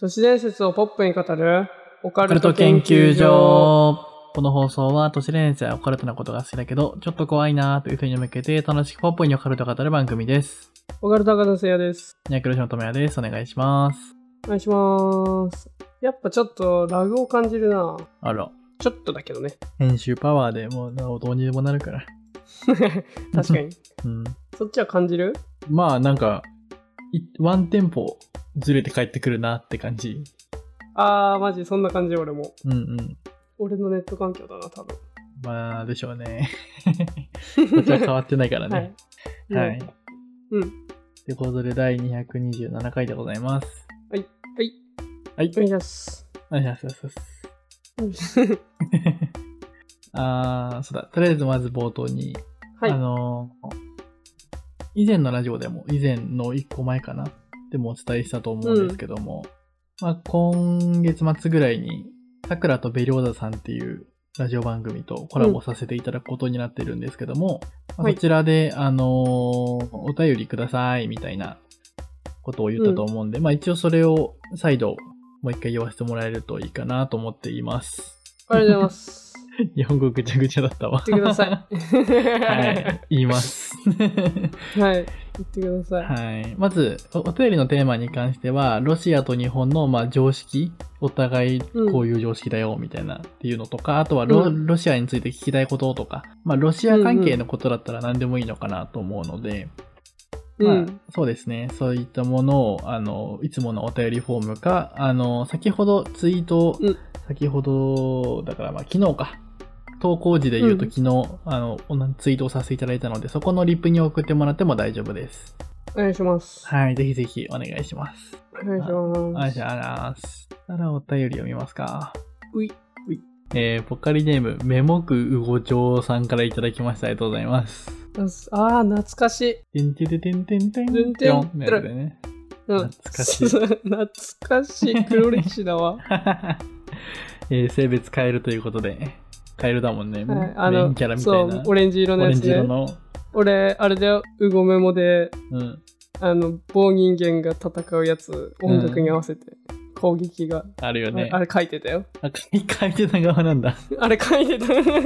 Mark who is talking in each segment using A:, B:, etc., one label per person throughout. A: 都市伝説をポップに語るオカ
B: オカルト研究所この放送は都市伝説やオカルトなことが好きだけど、ちょっと怖いなーという人に向けて楽しくポップにオカルトを語る番組です。
A: オカルト博士やです
B: ヤクルシのともやです。お願いします。
A: お願いしますやっぱちょっとラグを感じるな
B: あら、
A: ちょっとだけどね
B: 編集パワーでもうどうにでもなるから。
A: 確かに
B: うん。
A: そっちは感じる
B: まあなんか、いワンテンポずれて帰ってくるなって感じ。
A: あーマジそんな感じ俺も
B: うんうん。
A: 俺のネット環境だな多分
B: まあでしょうね。 こっちは変わってないからね。
A: は
B: はいい。
A: うん
B: ということで、第227回でございます。
A: はい
B: はい。
A: お願いし ます
B: お願いします。
A: うん
B: あー、そうだ。とりあえずまず冒頭に、
A: はい
B: あのー以前のラジオでも、以前の1個前かな、でもお伝えしたと思うんですけども、まあ、今月末ぐらいに、さくらとベリョーダさんっていうラジオ番組とコラボさせていただくことになってるんですけども、まあ
A: はい
B: そちらで、あのーお便りくださいみたいなことを言ったと思うんで、まあ一応それを再度もう一回言わせてもらえるといいかなと思っています。
A: ありがとうございます
B: 日本語ぐちゃぐちゃだったわ。
A: 言ってください
B: はい、言います。
A: はい言ってください、
B: はい。まず、おお便りのテーマに関しては、ロシアと日本の、まあ、常識、お互い
A: うん
B: こういう常識だよ、みたいな、っていうのとか、あとはロ、
A: うん
B: ロシアについて聞きたいこととか、まあ、ロシア関係のことだったら何でもいいのかなと思うので、
A: う
B: まあ
A: ん、
B: そうですね。そういったものを、あの、いつものお便りフォームか、あの、先ほどツイートを、
A: うん
B: 先ほど、だからまあ昨日か。投稿時で言うと
A: うん
B: 昨日、あの、おなツイートをさせていただいたので、そこのリプに送ってもらっても大丈夫です。
A: お願いします
B: はい、ぜひぜひお願いします。
A: お願いします
B: お願いします。たらお便り読みますか。
A: ういうい
B: えー、ポカリネーム、メモクウゴチョウさんからいただきました。ありがとうございます。
A: ああ、懐かしい。
B: てんてててんてんてん
A: てん
B: ぴ
A: て
B: ょ
A: ん
B: んのやつでね。
A: うん
B: 懐かし い
A: 懐かしい。黒歴史だわ。 は
B: えー性別変えるということで、変えるだもんね。
A: い、
B: メインキャラみた
A: そ
B: いうな。、
A: オレンジ色
B: オ
A: の
B: レ
A: や
B: ン
A: つ
B: ジ色
A: ね。
B: の。
A: 俺、あれだよ、うごメモで、
B: うん。
A: あの、棒人間が戦うやつ、音楽に合わせて、攻撃が、
B: あるよね。
A: ああれ書いてたよ。
B: あ、変えてた側なんだ。
A: あれ書いてた。
B: う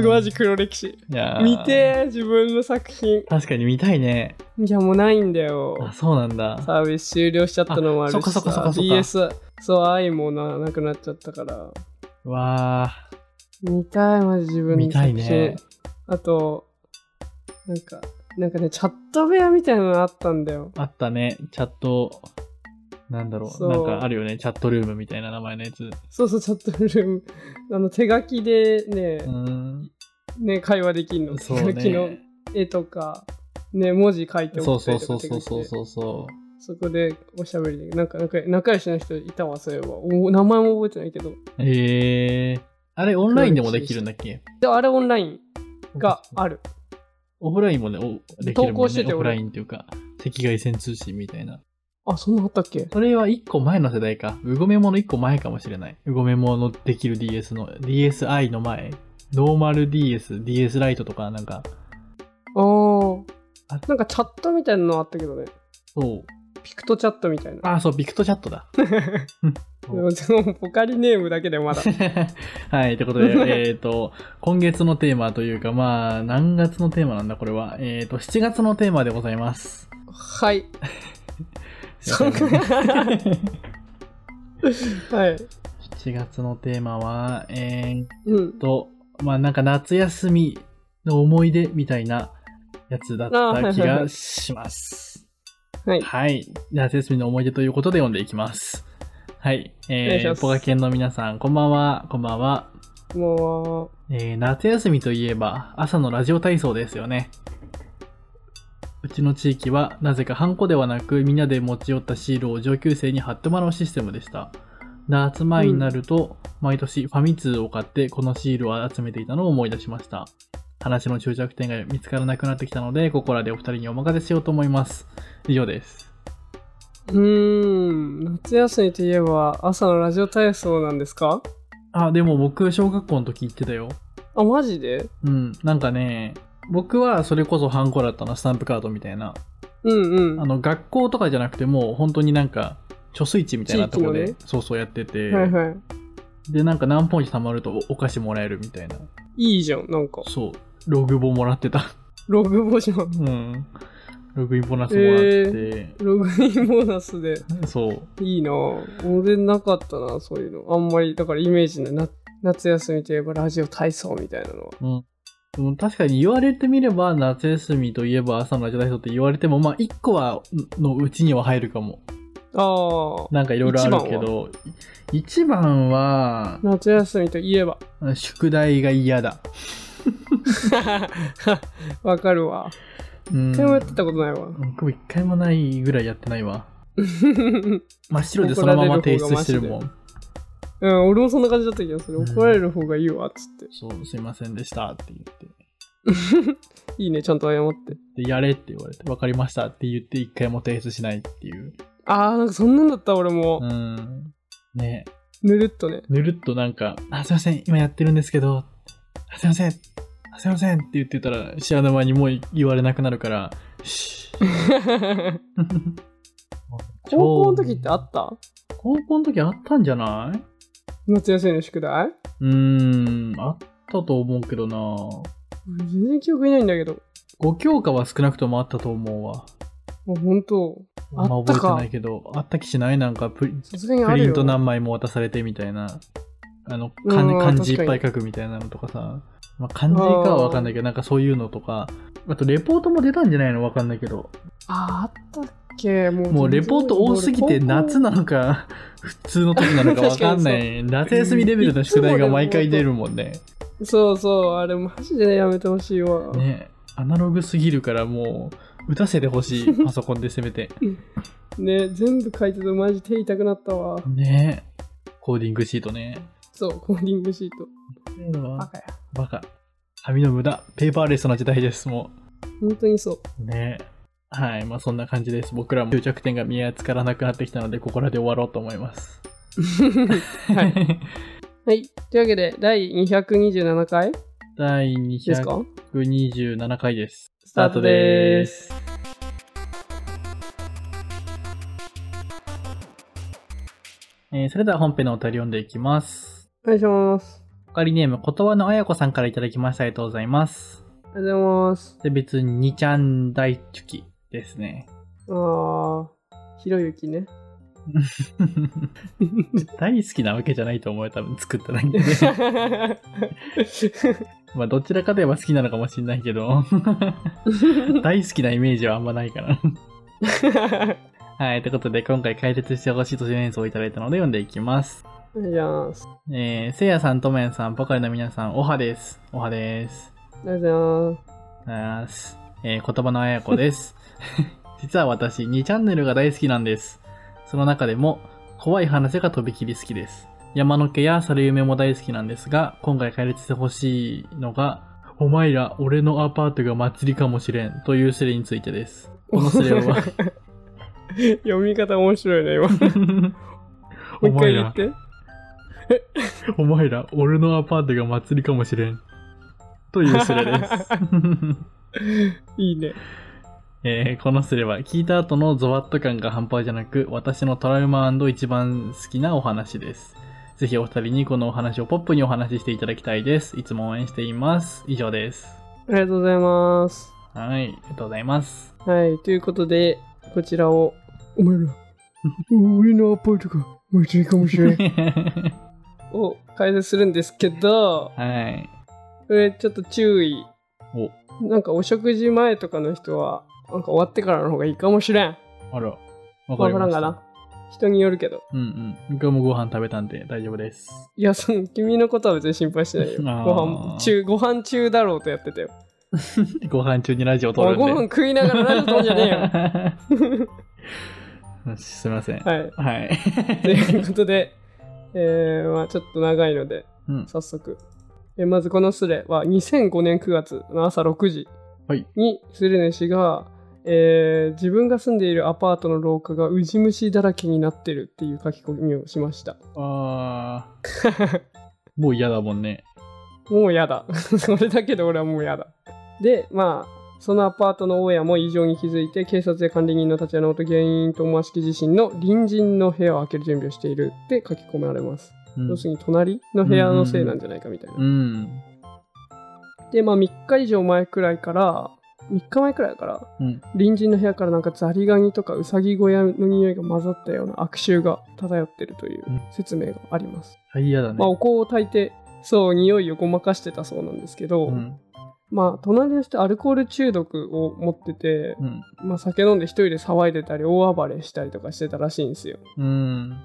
B: ん
A: マジ黒歴史。
B: いやー
A: 見て、自分の作品。
B: 確かに見たいね。
A: いや、もうないんだよ。
B: あ、そうなんだ。
A: サービス終了しちゃったのもあるし
B: あそっかそっかそっかそっか
A: BS、そう、愛もななくなっちゃったから。
B: わあ。
A: 見たい、マジ自分の
B: 見たい
A: 作品
B: ね。
A: あと、なんか、なんかね、チャット部屋みたいなのあったんだよ。
B: あったね。チャット、なんだろ。
A: そうう
B: なんかあるよね。チャットルームみたいな名前のやつ。う
A: そうそう、チャットルーム。 あの、手書きでね、
B: ーん。
A: ね、会話できるの。
B: そ
A: 手
B: う
A: 書きの
B: ね。
A: 絵とか、ね、文字書いて
B: そ
A: お
B: う
A: くた
B: そう
A: りと
B: そ
A: か手書
B: うそう
A: き
B: そう
A: で。
B: そうそう。
A: そこでおしゃべりで、なんか仲仲良しの人いたわ、そういえば。お名前も覚えてないけど。
B: へえー。あれ、オンラインでもできるんだっけ
A: で、あれオンラインがある。
B: オフラインもね、おできるもんね。
A: 投稿してて
B: オフラインっていうか、赤外線通信みたいな。
A: あ、そんなのあったっけ
B: それは1個前の世代か。うごめもの1個前かもしれない。うごめものできる DS の、DSi の前。ノーマル DS、DS ライトとか、なんか、
A: あ
B: あ
A: あ。なんかチャットみたいなのあったけどね。
B: そう。
A: ピクトチャットみたいな。
B: ああ、そう、ビクトチャットだ。
A: でもでもポカリネームだけでまだ。
B: はい、ということで、えっと、今月のテーマというか、まあ、何月のテーマなんだ、これは。えっ、と、7月のテーマでございます。
A: はい。
B: すいませ ん
A: はい。
B: 7月のテーマは、えー、
A: うん。
B: と、まあなんか夏休みの思い出みたいなやつだ
A: あはいはいは
B: った
A: い
B: 気がします。
A: はい。
B: はい。夏休みの思い出ということで読んでいきます。はい。
A: お願い
B: え
A: しま
B: ー、
A: す
B: ポガケンの皆さん、こんばんは。こんばんは。
A: も
B: えー、夏休みといえば朝のラジオ体操ですよね。うちの地域はなぜかハンコではなくみんなで持ち寄ったシールを上級生に貼ってもらうシステムでした。夏前になると毎年ファミ通を買ってこのシールを集めていたのを思い出しました。話の終着点が見つからなくなってきたのでここらでお二人にお任せしようと思います。以上です。
A: う、うーん。夏休みといえば朝のラジオ体操なんですか
B: あ、でも僕小学校の時行ってたよ。
A: あ、マジで
B: うん。なんかね、僕はそれこそハンコだったな、スタンプカードみたいな。
A: うんうん。
B: あの学校とかじゃなくてもう本当になんか貯水池みたいなところで、
A: 地域の
B: そうそうやってて、
A: はいはい。で
B: でなんか何ポイント貯まるとおお菓子もらえるみたいない
A: いじゃん、なんか。
B: そうログボもらってた
A: ログボじゃん。
B: うんログインボーナスもらってて、
A: ログインボーナスで。
B: そう
A: いいなぁ。俺なかったな、そういうの。あんまり、だからイメージない。な夏休みといえばラジオ体操みたいなのは。
B: うん。でも確かに言われてみれば、夏休みといえば朝のラジオ体操って言われても、まあ、一個は、のうちには入るかも。
A: ああ。
B: なんかいろいろあるけど、一番は、
A: 夏休みといえば。
B: 宿題が嫌だ。
A: わかるわ。
B: うん。
A: 一回もやってたことないわ。
B: 僕も一回もないぐらいやってないわ。真っ白でそのまま提出してるもん。
A: うん、俺もそんな感じだった気がする。
B: うん
A: 怒られる方がいいわ、っつって。
B: そう、すいませんでしたって言って。
A: いいね、ちゃんと謝って。
B: で、やれって言われて、わかりましたって言って、一回も提出しないっていう。
A: ああ、なんかそんなんだった、俺も
B: う。ん。ねえ。
A: ぬるっと ね。
B: ぬるっとなんか、あ、すいません、今やってるんですけど、あすいません、あすいませんって言ってたら、知らぬ間にもう言われなくなるから、シー
A: 高校の時ってあった
B: 高校の時あったんじゃない
A: 夏休みの宿題
B: うーん、あったと思うけどな
A: 俺全然記憶いないんだけど。
B: 5教科は少なくともあったと思うわ。
A: もう本当
B: あんま
A: あった
B: 覚
A: か
B: えてないけど、あった気しないなんかプリ
A: さすがにあ
B: プ
A: る
B: リ
A: よ。
B: ント何枚も渡されてみたいな、あの、
A: うん
B: 漢漢字い
A: 確
B: っ
A: か
B: ぱ
A: に
B: い書くみたいなのとかさ、まあ、漢字かはわかんないけど、なんかそういうのとか、あとレポートも出たんじゃないのわかんないけど、
A: ああったっけもう
B: もうレポート多すぎて夏なのか、普通の時なのかわかん な
A: 確
B: い、夏休みレベルの宿題が毎回出るもんね。
A: そうそうあれマジでやめてほしいわ、
B: ね、アナログすぎるからもう、打たせてほしい、 パソコンでせめて。
A: ね全部書いててマジ手痛くなったわ
B: ねコーディングシートね。
A: そうコーディングシートバカや
B: バカ。紙の無駄、ペーパーレスの時代です、もう。
A: 本当にそう
B: ねはい。まあそんな感じです。僕らも終着点が見えつからなくなってきたので、ここらで終わろうと思い ます。
A: はいはいというわけで第227回
B: 第
A: ですか
B: 227回です。
A: ス
B: スタートでーす。えーそれでは本編のお便り読んでいきます。
A: お願いします
B: おかりネーム、ことわのあやこさんからいただきました。ありがとうございます。
A: ありがとうございます
B: で、別に、2ちゃん大チュキですね。
A: あーひろゆきね
B: 大好きなわけじゃないと思う。多分作っただ けで。まあ、どちらかといえば好きなのかもしれないけど、 大好きなイメージはあんまないから。 はい、ということで、今回解説してほしい都市演奏をいただいたので読んでいきます。
A: お願いします
B: えー、せいやさん、とめんさん、ポカリの皆さん、おはです。おはです。
A: ありがとうございます
B: あーす。えー、言葉のあやこです。 実は私、2チャンネルが大好きなんです。その中でも、怖い話がとびきり好きです。山の毛や猿夢も大好きなんですが、今回解説してほしいのが、お前ら、俺のアパートが祭りかもしれんというスレについてです。このスレは、
A: 読み方面白いね今もう
B: お
A: 一回
B: 前
A: 言
B: ら
A: っ、て
B: お前ら、俺のアパートが祭りかもしれんというスレです。
A: いいね
B: えーこのすれば聞いた後のゾワッと感が半端じゃなく私のトラウマ一番好きなお話ですぜひお二人にこのお話をポップにお話ししていただきたいですいつも応援しています以上です
A: ありがとうございます
B: はいありがとうござ います
A: はい、ということで、こちらを。お前ら、俺のアパートが祭りかもし れん。
B: は
A: を解説するんですけど、
B: い
A: これちょっと注意。
B: お
A: なんかお食事前とかの人は、なんか終わってからの方がいいかもしれん。
B: あらわか
A: わ
B: り
A: から
B: ま
A: ん
B: し
A: か
B: た
A: な。人によるけど。
B: うんうん僕はもうご飯食べたんで大丈夫です
A: いや、その、君のことは別に心配してないよ。
B: あー
A: ご飯中、ご飯中だろうとやってたよ。
B: ご飯中にラジオ撮
A: あ
B: るんで
A: ご飯食いながらラジオ撮んじゃ ね
B: えよ すいませ
A: え
B: ん
A: よ。はい。
B: はい、
A: ということで、えー、まあちょっと長いので、
B: うん、
A: 早速えまずこのスレは2005年9月の朝6時
B: はい
A: にスレ主が、えー自分が住んでいるアパートの廊下がウジ虫だらけになってるっていう書き込みをしました
B: あ ーもう嫌だもんね。
A: もうやだそれだけで俺はもうやだでまあそのアパートの大家も異常に気づいて警察や管理人の立ち会いのこと原因と思わしき自身の隣人の部屋を開ける準備をしているって書き込まれます、
B: うん
A: 要するに隣の部屋のせいなんじゃないかみたいな、
B: うん。
A: でまあ3日以上前くらいから3日前くらいから、
B: うん
A: 隣人の部屋からなんかザリガニとかウサギ小屋の匂いが混ざったような悪臭が漂ってるという
B: うん
A: 説明があります、
B: 最嫌だね。
A: まあお香を焚いてそう匂いをごまかしてたそうなんですけど、
B: うん。
A: まあ隣の人アルコール中毒を持ってて、
B: うん。
A: まあ、酒飲んで一人で騒いでたり大暴れしたりとかしてたらしいんですよ
B: うん。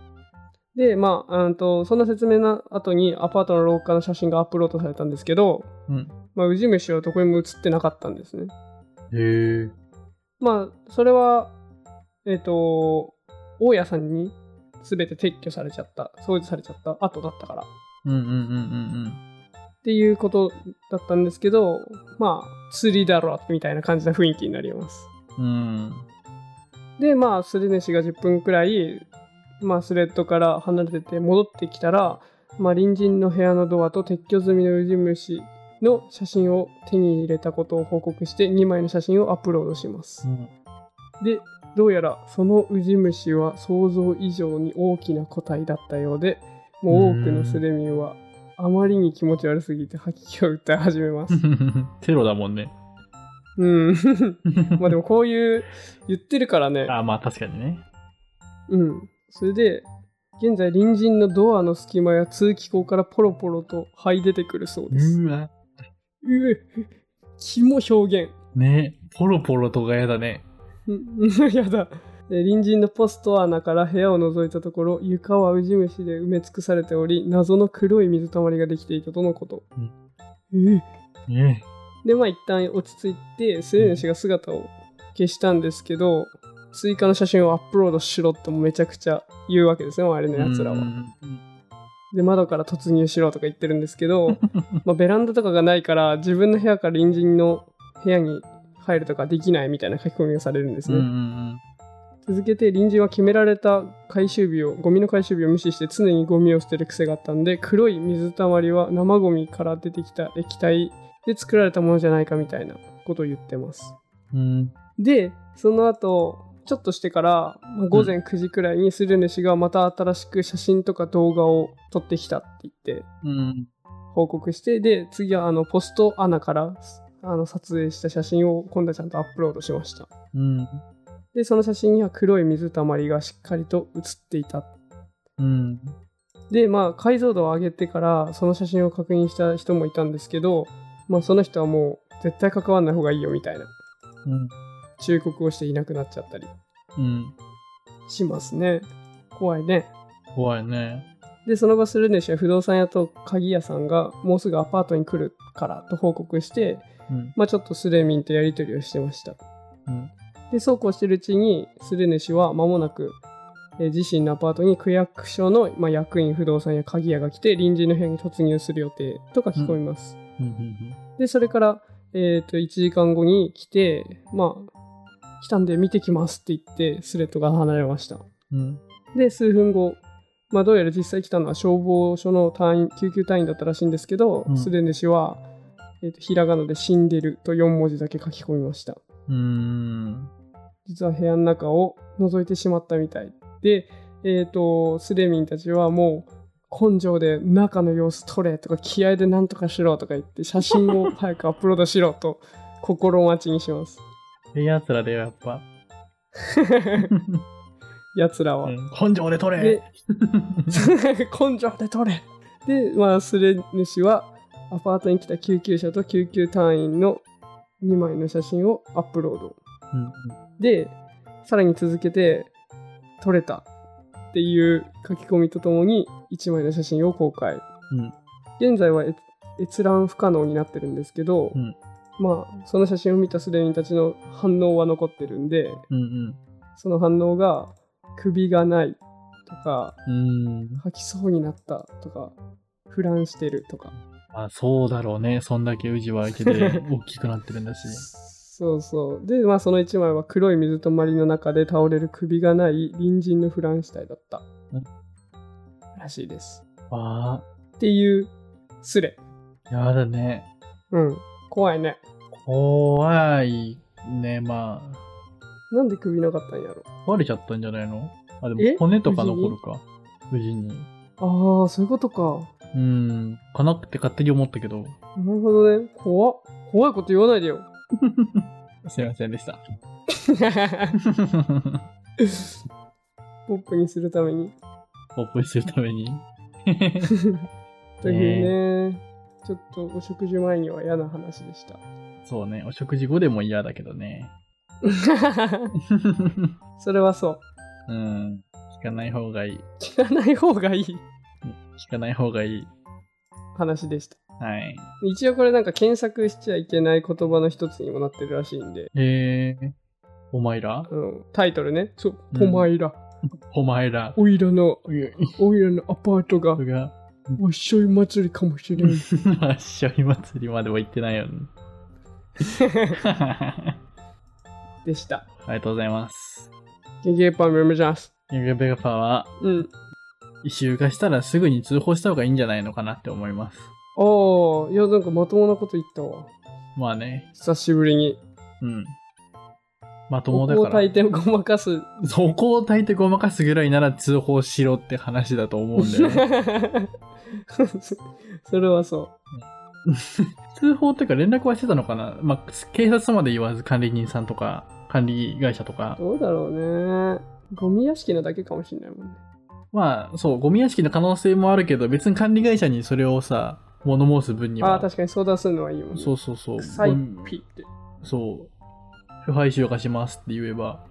A: でまあうんとそんな説明の後にアパートの廊下の写真がアップロードされたんですけど、
B: うん。
A: まあ、ウジ虫はどこにも写ってなかったんですね
B: へえ。
A: まあそれはえっ、と大家さんに全て撤去されちゃった掃除されちゃった後だったから
B: うんうんうん
A: っていうことだったんですけどまあ釣りだろみたいな感じな雰囲気になります
B: うんうん。うん。
A: でまあスレネシが10分くらい、まあ、スレッドから離れてて戻ってきたら、まあ、隣人の部屋のドアと撤去済みのウジ虫の写真を手に入れたことを報告して2枚の写真をアップロードします
B: うん
A: でどうやらそのウジ虫は想像以上に大きな個体だったようでもう多くのスレミューはあまりに気持ち悪すぎて吐き気を訴え始めます
B: テロだもんね。
A: うんまあでもこういう言ってるからね
B: あ、まあ確かにね。
A: うん。それで、現在隣人のドアの隙間や通気口からポロポロと這い出てくるそうです。
B: うわ。
A: うえ、肝表現。
B: ねポロポロとかやだね。
A: うん やだ。で隣人のポスト穴から部屋を覗いたところ床はウジ虫で埋め尽くされており謎の黒い水たまりができていたとのこと、え
B: ね
A: でまあ一旦落ち着いてスレネシが姿を消したんですけど追加の写真をアップロードしろともめちゃくちゃ言うわけですね周りのやつらは、で窓から突入しろとか言ってるんですけ どまあベランダとかがないから自分の部屋から隣人の部屋に入るとかできないみたいな書き込みをされるんです
B: うんう
A: ね、
B: ん
A: 続けて隣人は決められた回収日をゴミの回収日を無視して常にゴミを捨てる癖があったんで黒い水たまりは生ゴミから出てきた液体で作られたものじゃないかみたいなことを言ってます
B: うん。うん。
A: でその後ちょっとしてから、まあ午前9時くらいにスルネ氏がまた新しく写真とか動画を撮ってきたって言って
B: うん。
A: 報告してで次はあのポスト穴からあの撮影した写真を今度はちゃんとアップロードしました
B: うん。
A: でその写真には黒い水たまりがしっかりと写っていた
B: うん。
A: でまあ解像度を上げてからその写真を確認した人もいたんですけどまあその人はもう絶対関わんない方がいいよみたいな
B: うん。
A: 忠告をしていなくなっちゃったり
B: うん。
A: しますね怖いね
B: 怖いね。
A: でその後スルネシは不動産屋と鍵屋さんがもうすぐアパートに来るからと報告して
B: うん。
A: まあちょっとスレミンとやり取りをしてました
B: うん。
A: でそうこうしてるうちにスレネ氏は間もなく、えー自身のアパートに区役所の、まあ、役員不動産や鍵屋が来て臨時の部屋に突入する予定とか聞こえます、
B: うん。
A: でそれから、えー、と1時間後に来てまあ来たんで見てきますって言ってスレッドが離れました
B: うん。
A: で数分後まあどうやら実際来たのは消防署の隊員救急隊員だったらしいんですけど、
B: うん
A: スレネ氏は、えー、とひらがなで「死んでる」と4文字だけ書き込みました
B: うん。
A: 実は部屋の中を覗いてしまったみたいで、えー、とスレミンたちはもう根性で中の様子撮れとか気合でなんとかしろとか言って写真を早くアップロードしろと心待ちにし ます
B: え、やつらだよ、やっ ぱ。
A: やつらは、
B: うん根性で取れ
A: で 根性で撮れでまあスレ主はアパートに来た救急車と救急隊員の2枚の写真をアップロード
B: うん
A: でさらに続けて「撮れた」っていう書き込みとともに1枚の写真を公開
B: うん
A: 現在は閲閲覧不可能になってるんですけど、
B: うん
A: まあその写真を見たスレインたちの反応は残ってるんで
B: うん
A: その反応が「首がない」とか
B: うん。うん
A: 「吐きそうになった」とか「腐乱してる」とか
B: まあそうだろうね。そんだけ宇治は相手 で大きくなってるんだし。
A: そうそうでまあその1枚は黒い水たまりの中で倒れる首がない隣人のフランシュタイだった、
B: うん
A: らしいです
B: あ
A: っていうスレ
B: あ、やだね。
A: うん怖いね
B: 怖い
A: なんで首なかったんやろ
B: 壊れちゃったんじゃないのあ、でも
A: え
B: 骨とか残るか。無事に。
A: ああそういうことか
B: うん。かなって勝手に思ったけど。
A: なるほどね怖っ怖いこと言わないでよ
B: すいませんで した。
A: ポ
B: ポ
A: ップにするために
B: ップにするために。
A: というねちょっとお食事前には嫌な話でした
B: そうね。お食事後でも嫌だけど ね。
A: それはそう
B: うん。聞かない方がいい。
A: 聞かない方がいい
B: 聞かない方がいい。
A: 話でした
B: はい。
A: 一応これなんか検索しちゃいけない言葉の一つにもなってるらしいんで、
B: えー、お前ら
A: うん、タイトルね「そう
B: うん
A: ポマイラ、
B: お前ら。
A: おいらの おいらのアパートが
B: 僕が、
A: おっしょい祭りかもしれん」
B: まあ、しょい祭りまでは行ってないよね。あ
A: でした
B: りがとうございます。
A: ゲゲーパーメムジャース
B: ゆげべがパは、
A: うん
B: 異臭化したらすぐに通報した方がいいんじゃないのかなって思います。
A: ああいやなんかまともなこと言ったわ
B: まあね、
A: 久しぶりに
B: うん。まとも
A: ここ
B: だ
A: を
B: か
A: 大
B: ら、
A: 抵ごまかす
B: そこを焚いてごまかすぐらいなら通報しろって話だと思うんだよ ね。
A: それはそ
B: 通報っていうか連絡はしてたのかなまあ、警察まで言わず管理人さんとか、管理会社とか
A: う。どうだろうねゴミ屋敷なだけかもしれないもんね
B: まあ、そう、ゴミ屋敷の可能性もあるけど、別に管理会社にそれをさ、物申す分に
A: あ
B: は。
A: あ確かに相談するのはいいもんね
B: そうそうそう。
A: 臭い
B: ゴミ
A: ピって
B: そう。腐敗臭がしますって言えば、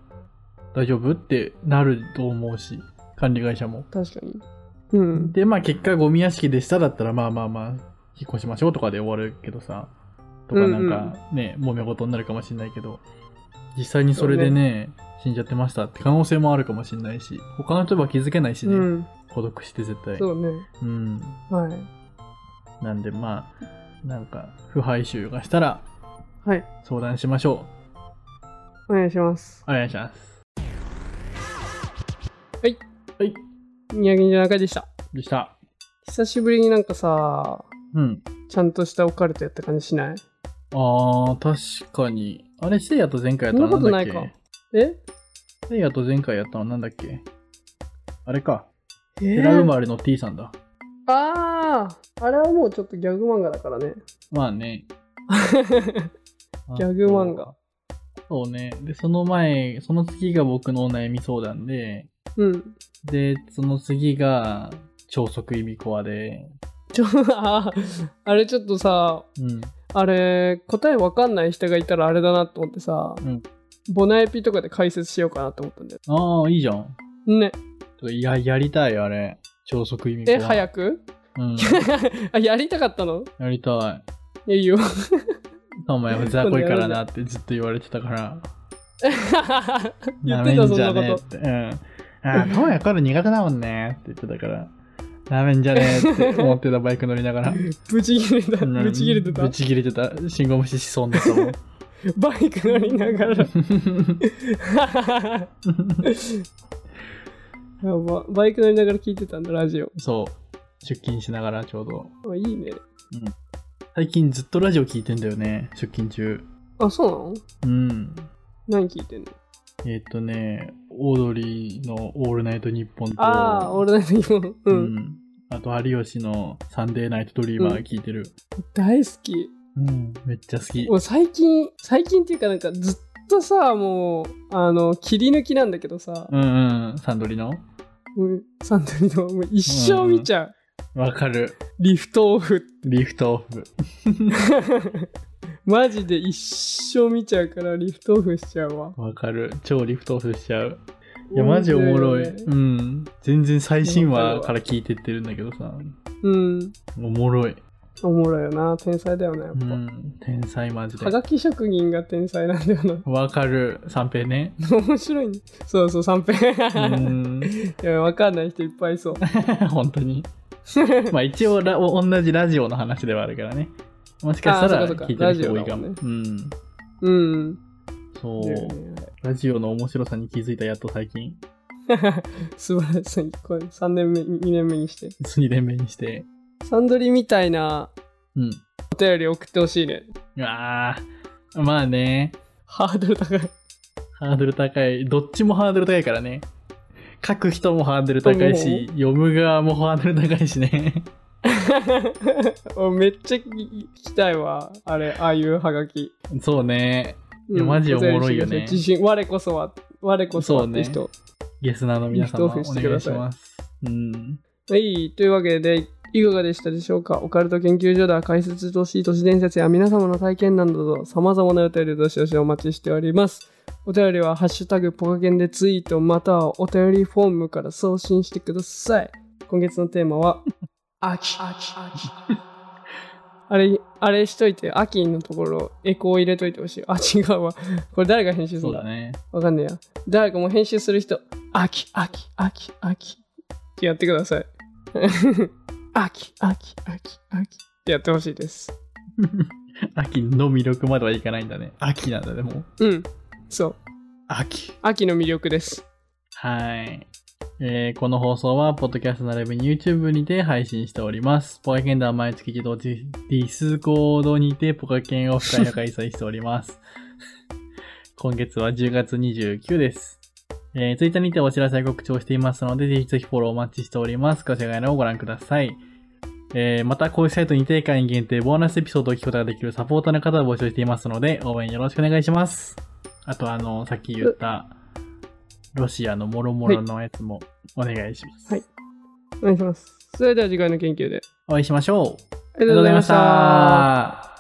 B: 大丈夫ってなると思うし、管理会社も。
A: 確かにうん
B: で、まあ結果、ゴミ屋敷でしただったら、まあまあまあ、引っ越しましょうとかで終わるけどさ、とかなんかね、揉め事になるかもしれないけど、実際にそれでね、死んじゃってましたって可能性もあるかもしれないし、他の人は気づけないしね、
A: うん
B: 孤独して絶対。
A: そうね
B: うん。
A: はい
B: なんでまあ、なんか、腐敗臭がしたら
A: はい
B: 相談しましょ
A: お願いします
B: う。お願いします。
A: はい
B: はい。
A: 宮城じゃなかでした
B: でした。
A: 久しぶりになんかさ
B: うん。
A: ちゃんとしたオカルトやった感じしない
B: あー、確かに。あれ、せいやと前回やったの
A: そんなこと
B: な
A: なんい
B: だっ
A: か
B: け
A: え
B: せいやと前回やったのなんだっけあれか。
A: えー
B: 寺生まれの T さんだ。
A: あああれはもうちょっとギャグ漫画だからね
B: まあね。あ
A: ギャグ漫画。
B: そうね。で、その前、その次が僕のお悩み相談で、
A: うん
B: で、その次が、超速意味コアで、
A: ちょあーあれちょっとさ
B: うん。
A: あれ答えわかんない人がいたらあれだなと思ってさ、
B: うん
A: ボナエピとかで解説しようかなと思ったんだよ
B: ああ、いいじゃん。
A: ね
B: ちょっといや、やりたい、あれ。超速意味コア。
A: え早く
B: うん。
A: あやりたかったの
B: やりたい。
A: いいよ
B: お前、 雑魚いからなってずっと言われてたから。
A: 言
B: な
A: って
B: め
A: た
B: ん
A: そん
B: じ
A: な
B: ゃねえ
A: こ
B: っ
A: と
B: て。うん。あー、トモヤこれ苦手だもんねって言ってたから。なめんじゃねえって思ってたバイク乗りながら。
A: ブチ切れた
B: うん
A: ブチ切れてた
B: ぶち切れてた。信号無視しそうになった もん。
A: バイク乗りながら やばバイク乗りながら聞いてたんだラジオ
B: そう。出勤しながらちょうど。
A: あいいね
B: 最近ずっとラジオ聞いてんだよね。出勤中。
A: あそうなの
B: うん。
A: 何聞いてんの
B: えーっとね、オードリーのオールナイトニッポンと、
A: ああ俺の時もう、
B: うんん。あと、有吉のサンデーナイトドリーマー聞いてる。
A: 大好き
B: うん。めっちゃ好き
A: も。う最近最近っていうかなんかずっとさもうあの切り抜きなんだけどさ、
B: うんうん。サンドリの
A: もうサンドリのもう一生見ちゃう、
B: わかる。
A: リフトオフ
B: リフトオフ。
A: マジで一生見ちゃうからリフトオフしちゃうわ
B: わかる。超リフトオフしちゃう。いや、マジおもろい。
A: 面白
B: う
A: よね
B: ん。全然最新話から聞いてってるんだけどさ。
A: うん
B: おもろい。
A: おもろいよな天才だよねやっ
B: う
A: ぱ、
B: ん。天才マジで
A: は。がき職人が天才なんだよな
B: わかる。三平ね。
A: 面白いねそうそう三平
B: う ん。
A: いやわかんない人いっぱいいそう
B: 本 当に。まあ一応ラ、お同じラジオの話ではあるからね。もしかした
A: あ
B: ら
A: ーそうかそうか
B: 聞いてる人多いかも。
A: ラジ
B: うん。
A: うん
B: そ
A: いいよ
B: う。
A: ね
B: ラジオの面白さに気づいたやっと最近。
A: 素晴らしい。これ3年目、2年目にして。
B: 2年目にして。
A: サンドリみたいな
B: うん。
A: お便り送ってほしいね。
B: うわあ。まあね。
A: ハードル高い。
B: ハードル高い。どっちもハードル高いからね。書く人もハードル高いし、読む側もハードル高いしね。
A: おめっちゃ聞きたいわ。あれ、ああいうハガキ。
B: そうね。いや
A: うん
B: マジおもろいよね
A: 自信、我こそは、我こそはって人。
B: ゲスナーの皆様、お
A: 一
B: 願
A: つ
B: い
A: してくださ
B: し
A: い
B: ます。うん。
A: はい、というわけで、いかがでしたでしょうかオカルト研究所では解説してほしい都市伝説や皆様の体験談など、様々なお便りをどしどしお待ちしております。お便りは、ハッシュタグポカケンでツイート、またはお便りフォームから送信してください。今月のテーマは、秋。あれ、あれしといて、秋のところ、エコー入れといてほしい。あ、違うわ。これ誰が編集す
B: そ
A: るん
B: う
A: だ
B: だね。
A: わかんねえや。誰かもう編集する人、秋、秋、秋、秋ってやってください。 秋、秋、秋、秋ってやってほしいです。
B: 秋の魅力まではいかないんだね。秋なんだね、もう。
A: うん。そう。
B: 秋。
A: 秋の魅力です。
B: はい。えーこの放送は、ポッドキャスト並びに YouTube にて配信しております。ポカケンでは毎月自動ディスコードにてポカケンオフ会を開催しております。 今月は10月29です。えー、Twitter にてお知らせ告知をしていますので、ぜひぜひフォローお待ちしております。こちらのをご覧ください。えーまた、公式サイトにて会員限定ボーナスエピソードを聞くことができるサポーターの方を募集していますので、応援よろしくお願いします。あと、あの、さっき言った、ロシアのもろもろのやつもお願いします。
A: はいお願いします。それでは次回の研究で。
B: お会いしましょう。
A: ありがとうございました。
B: た。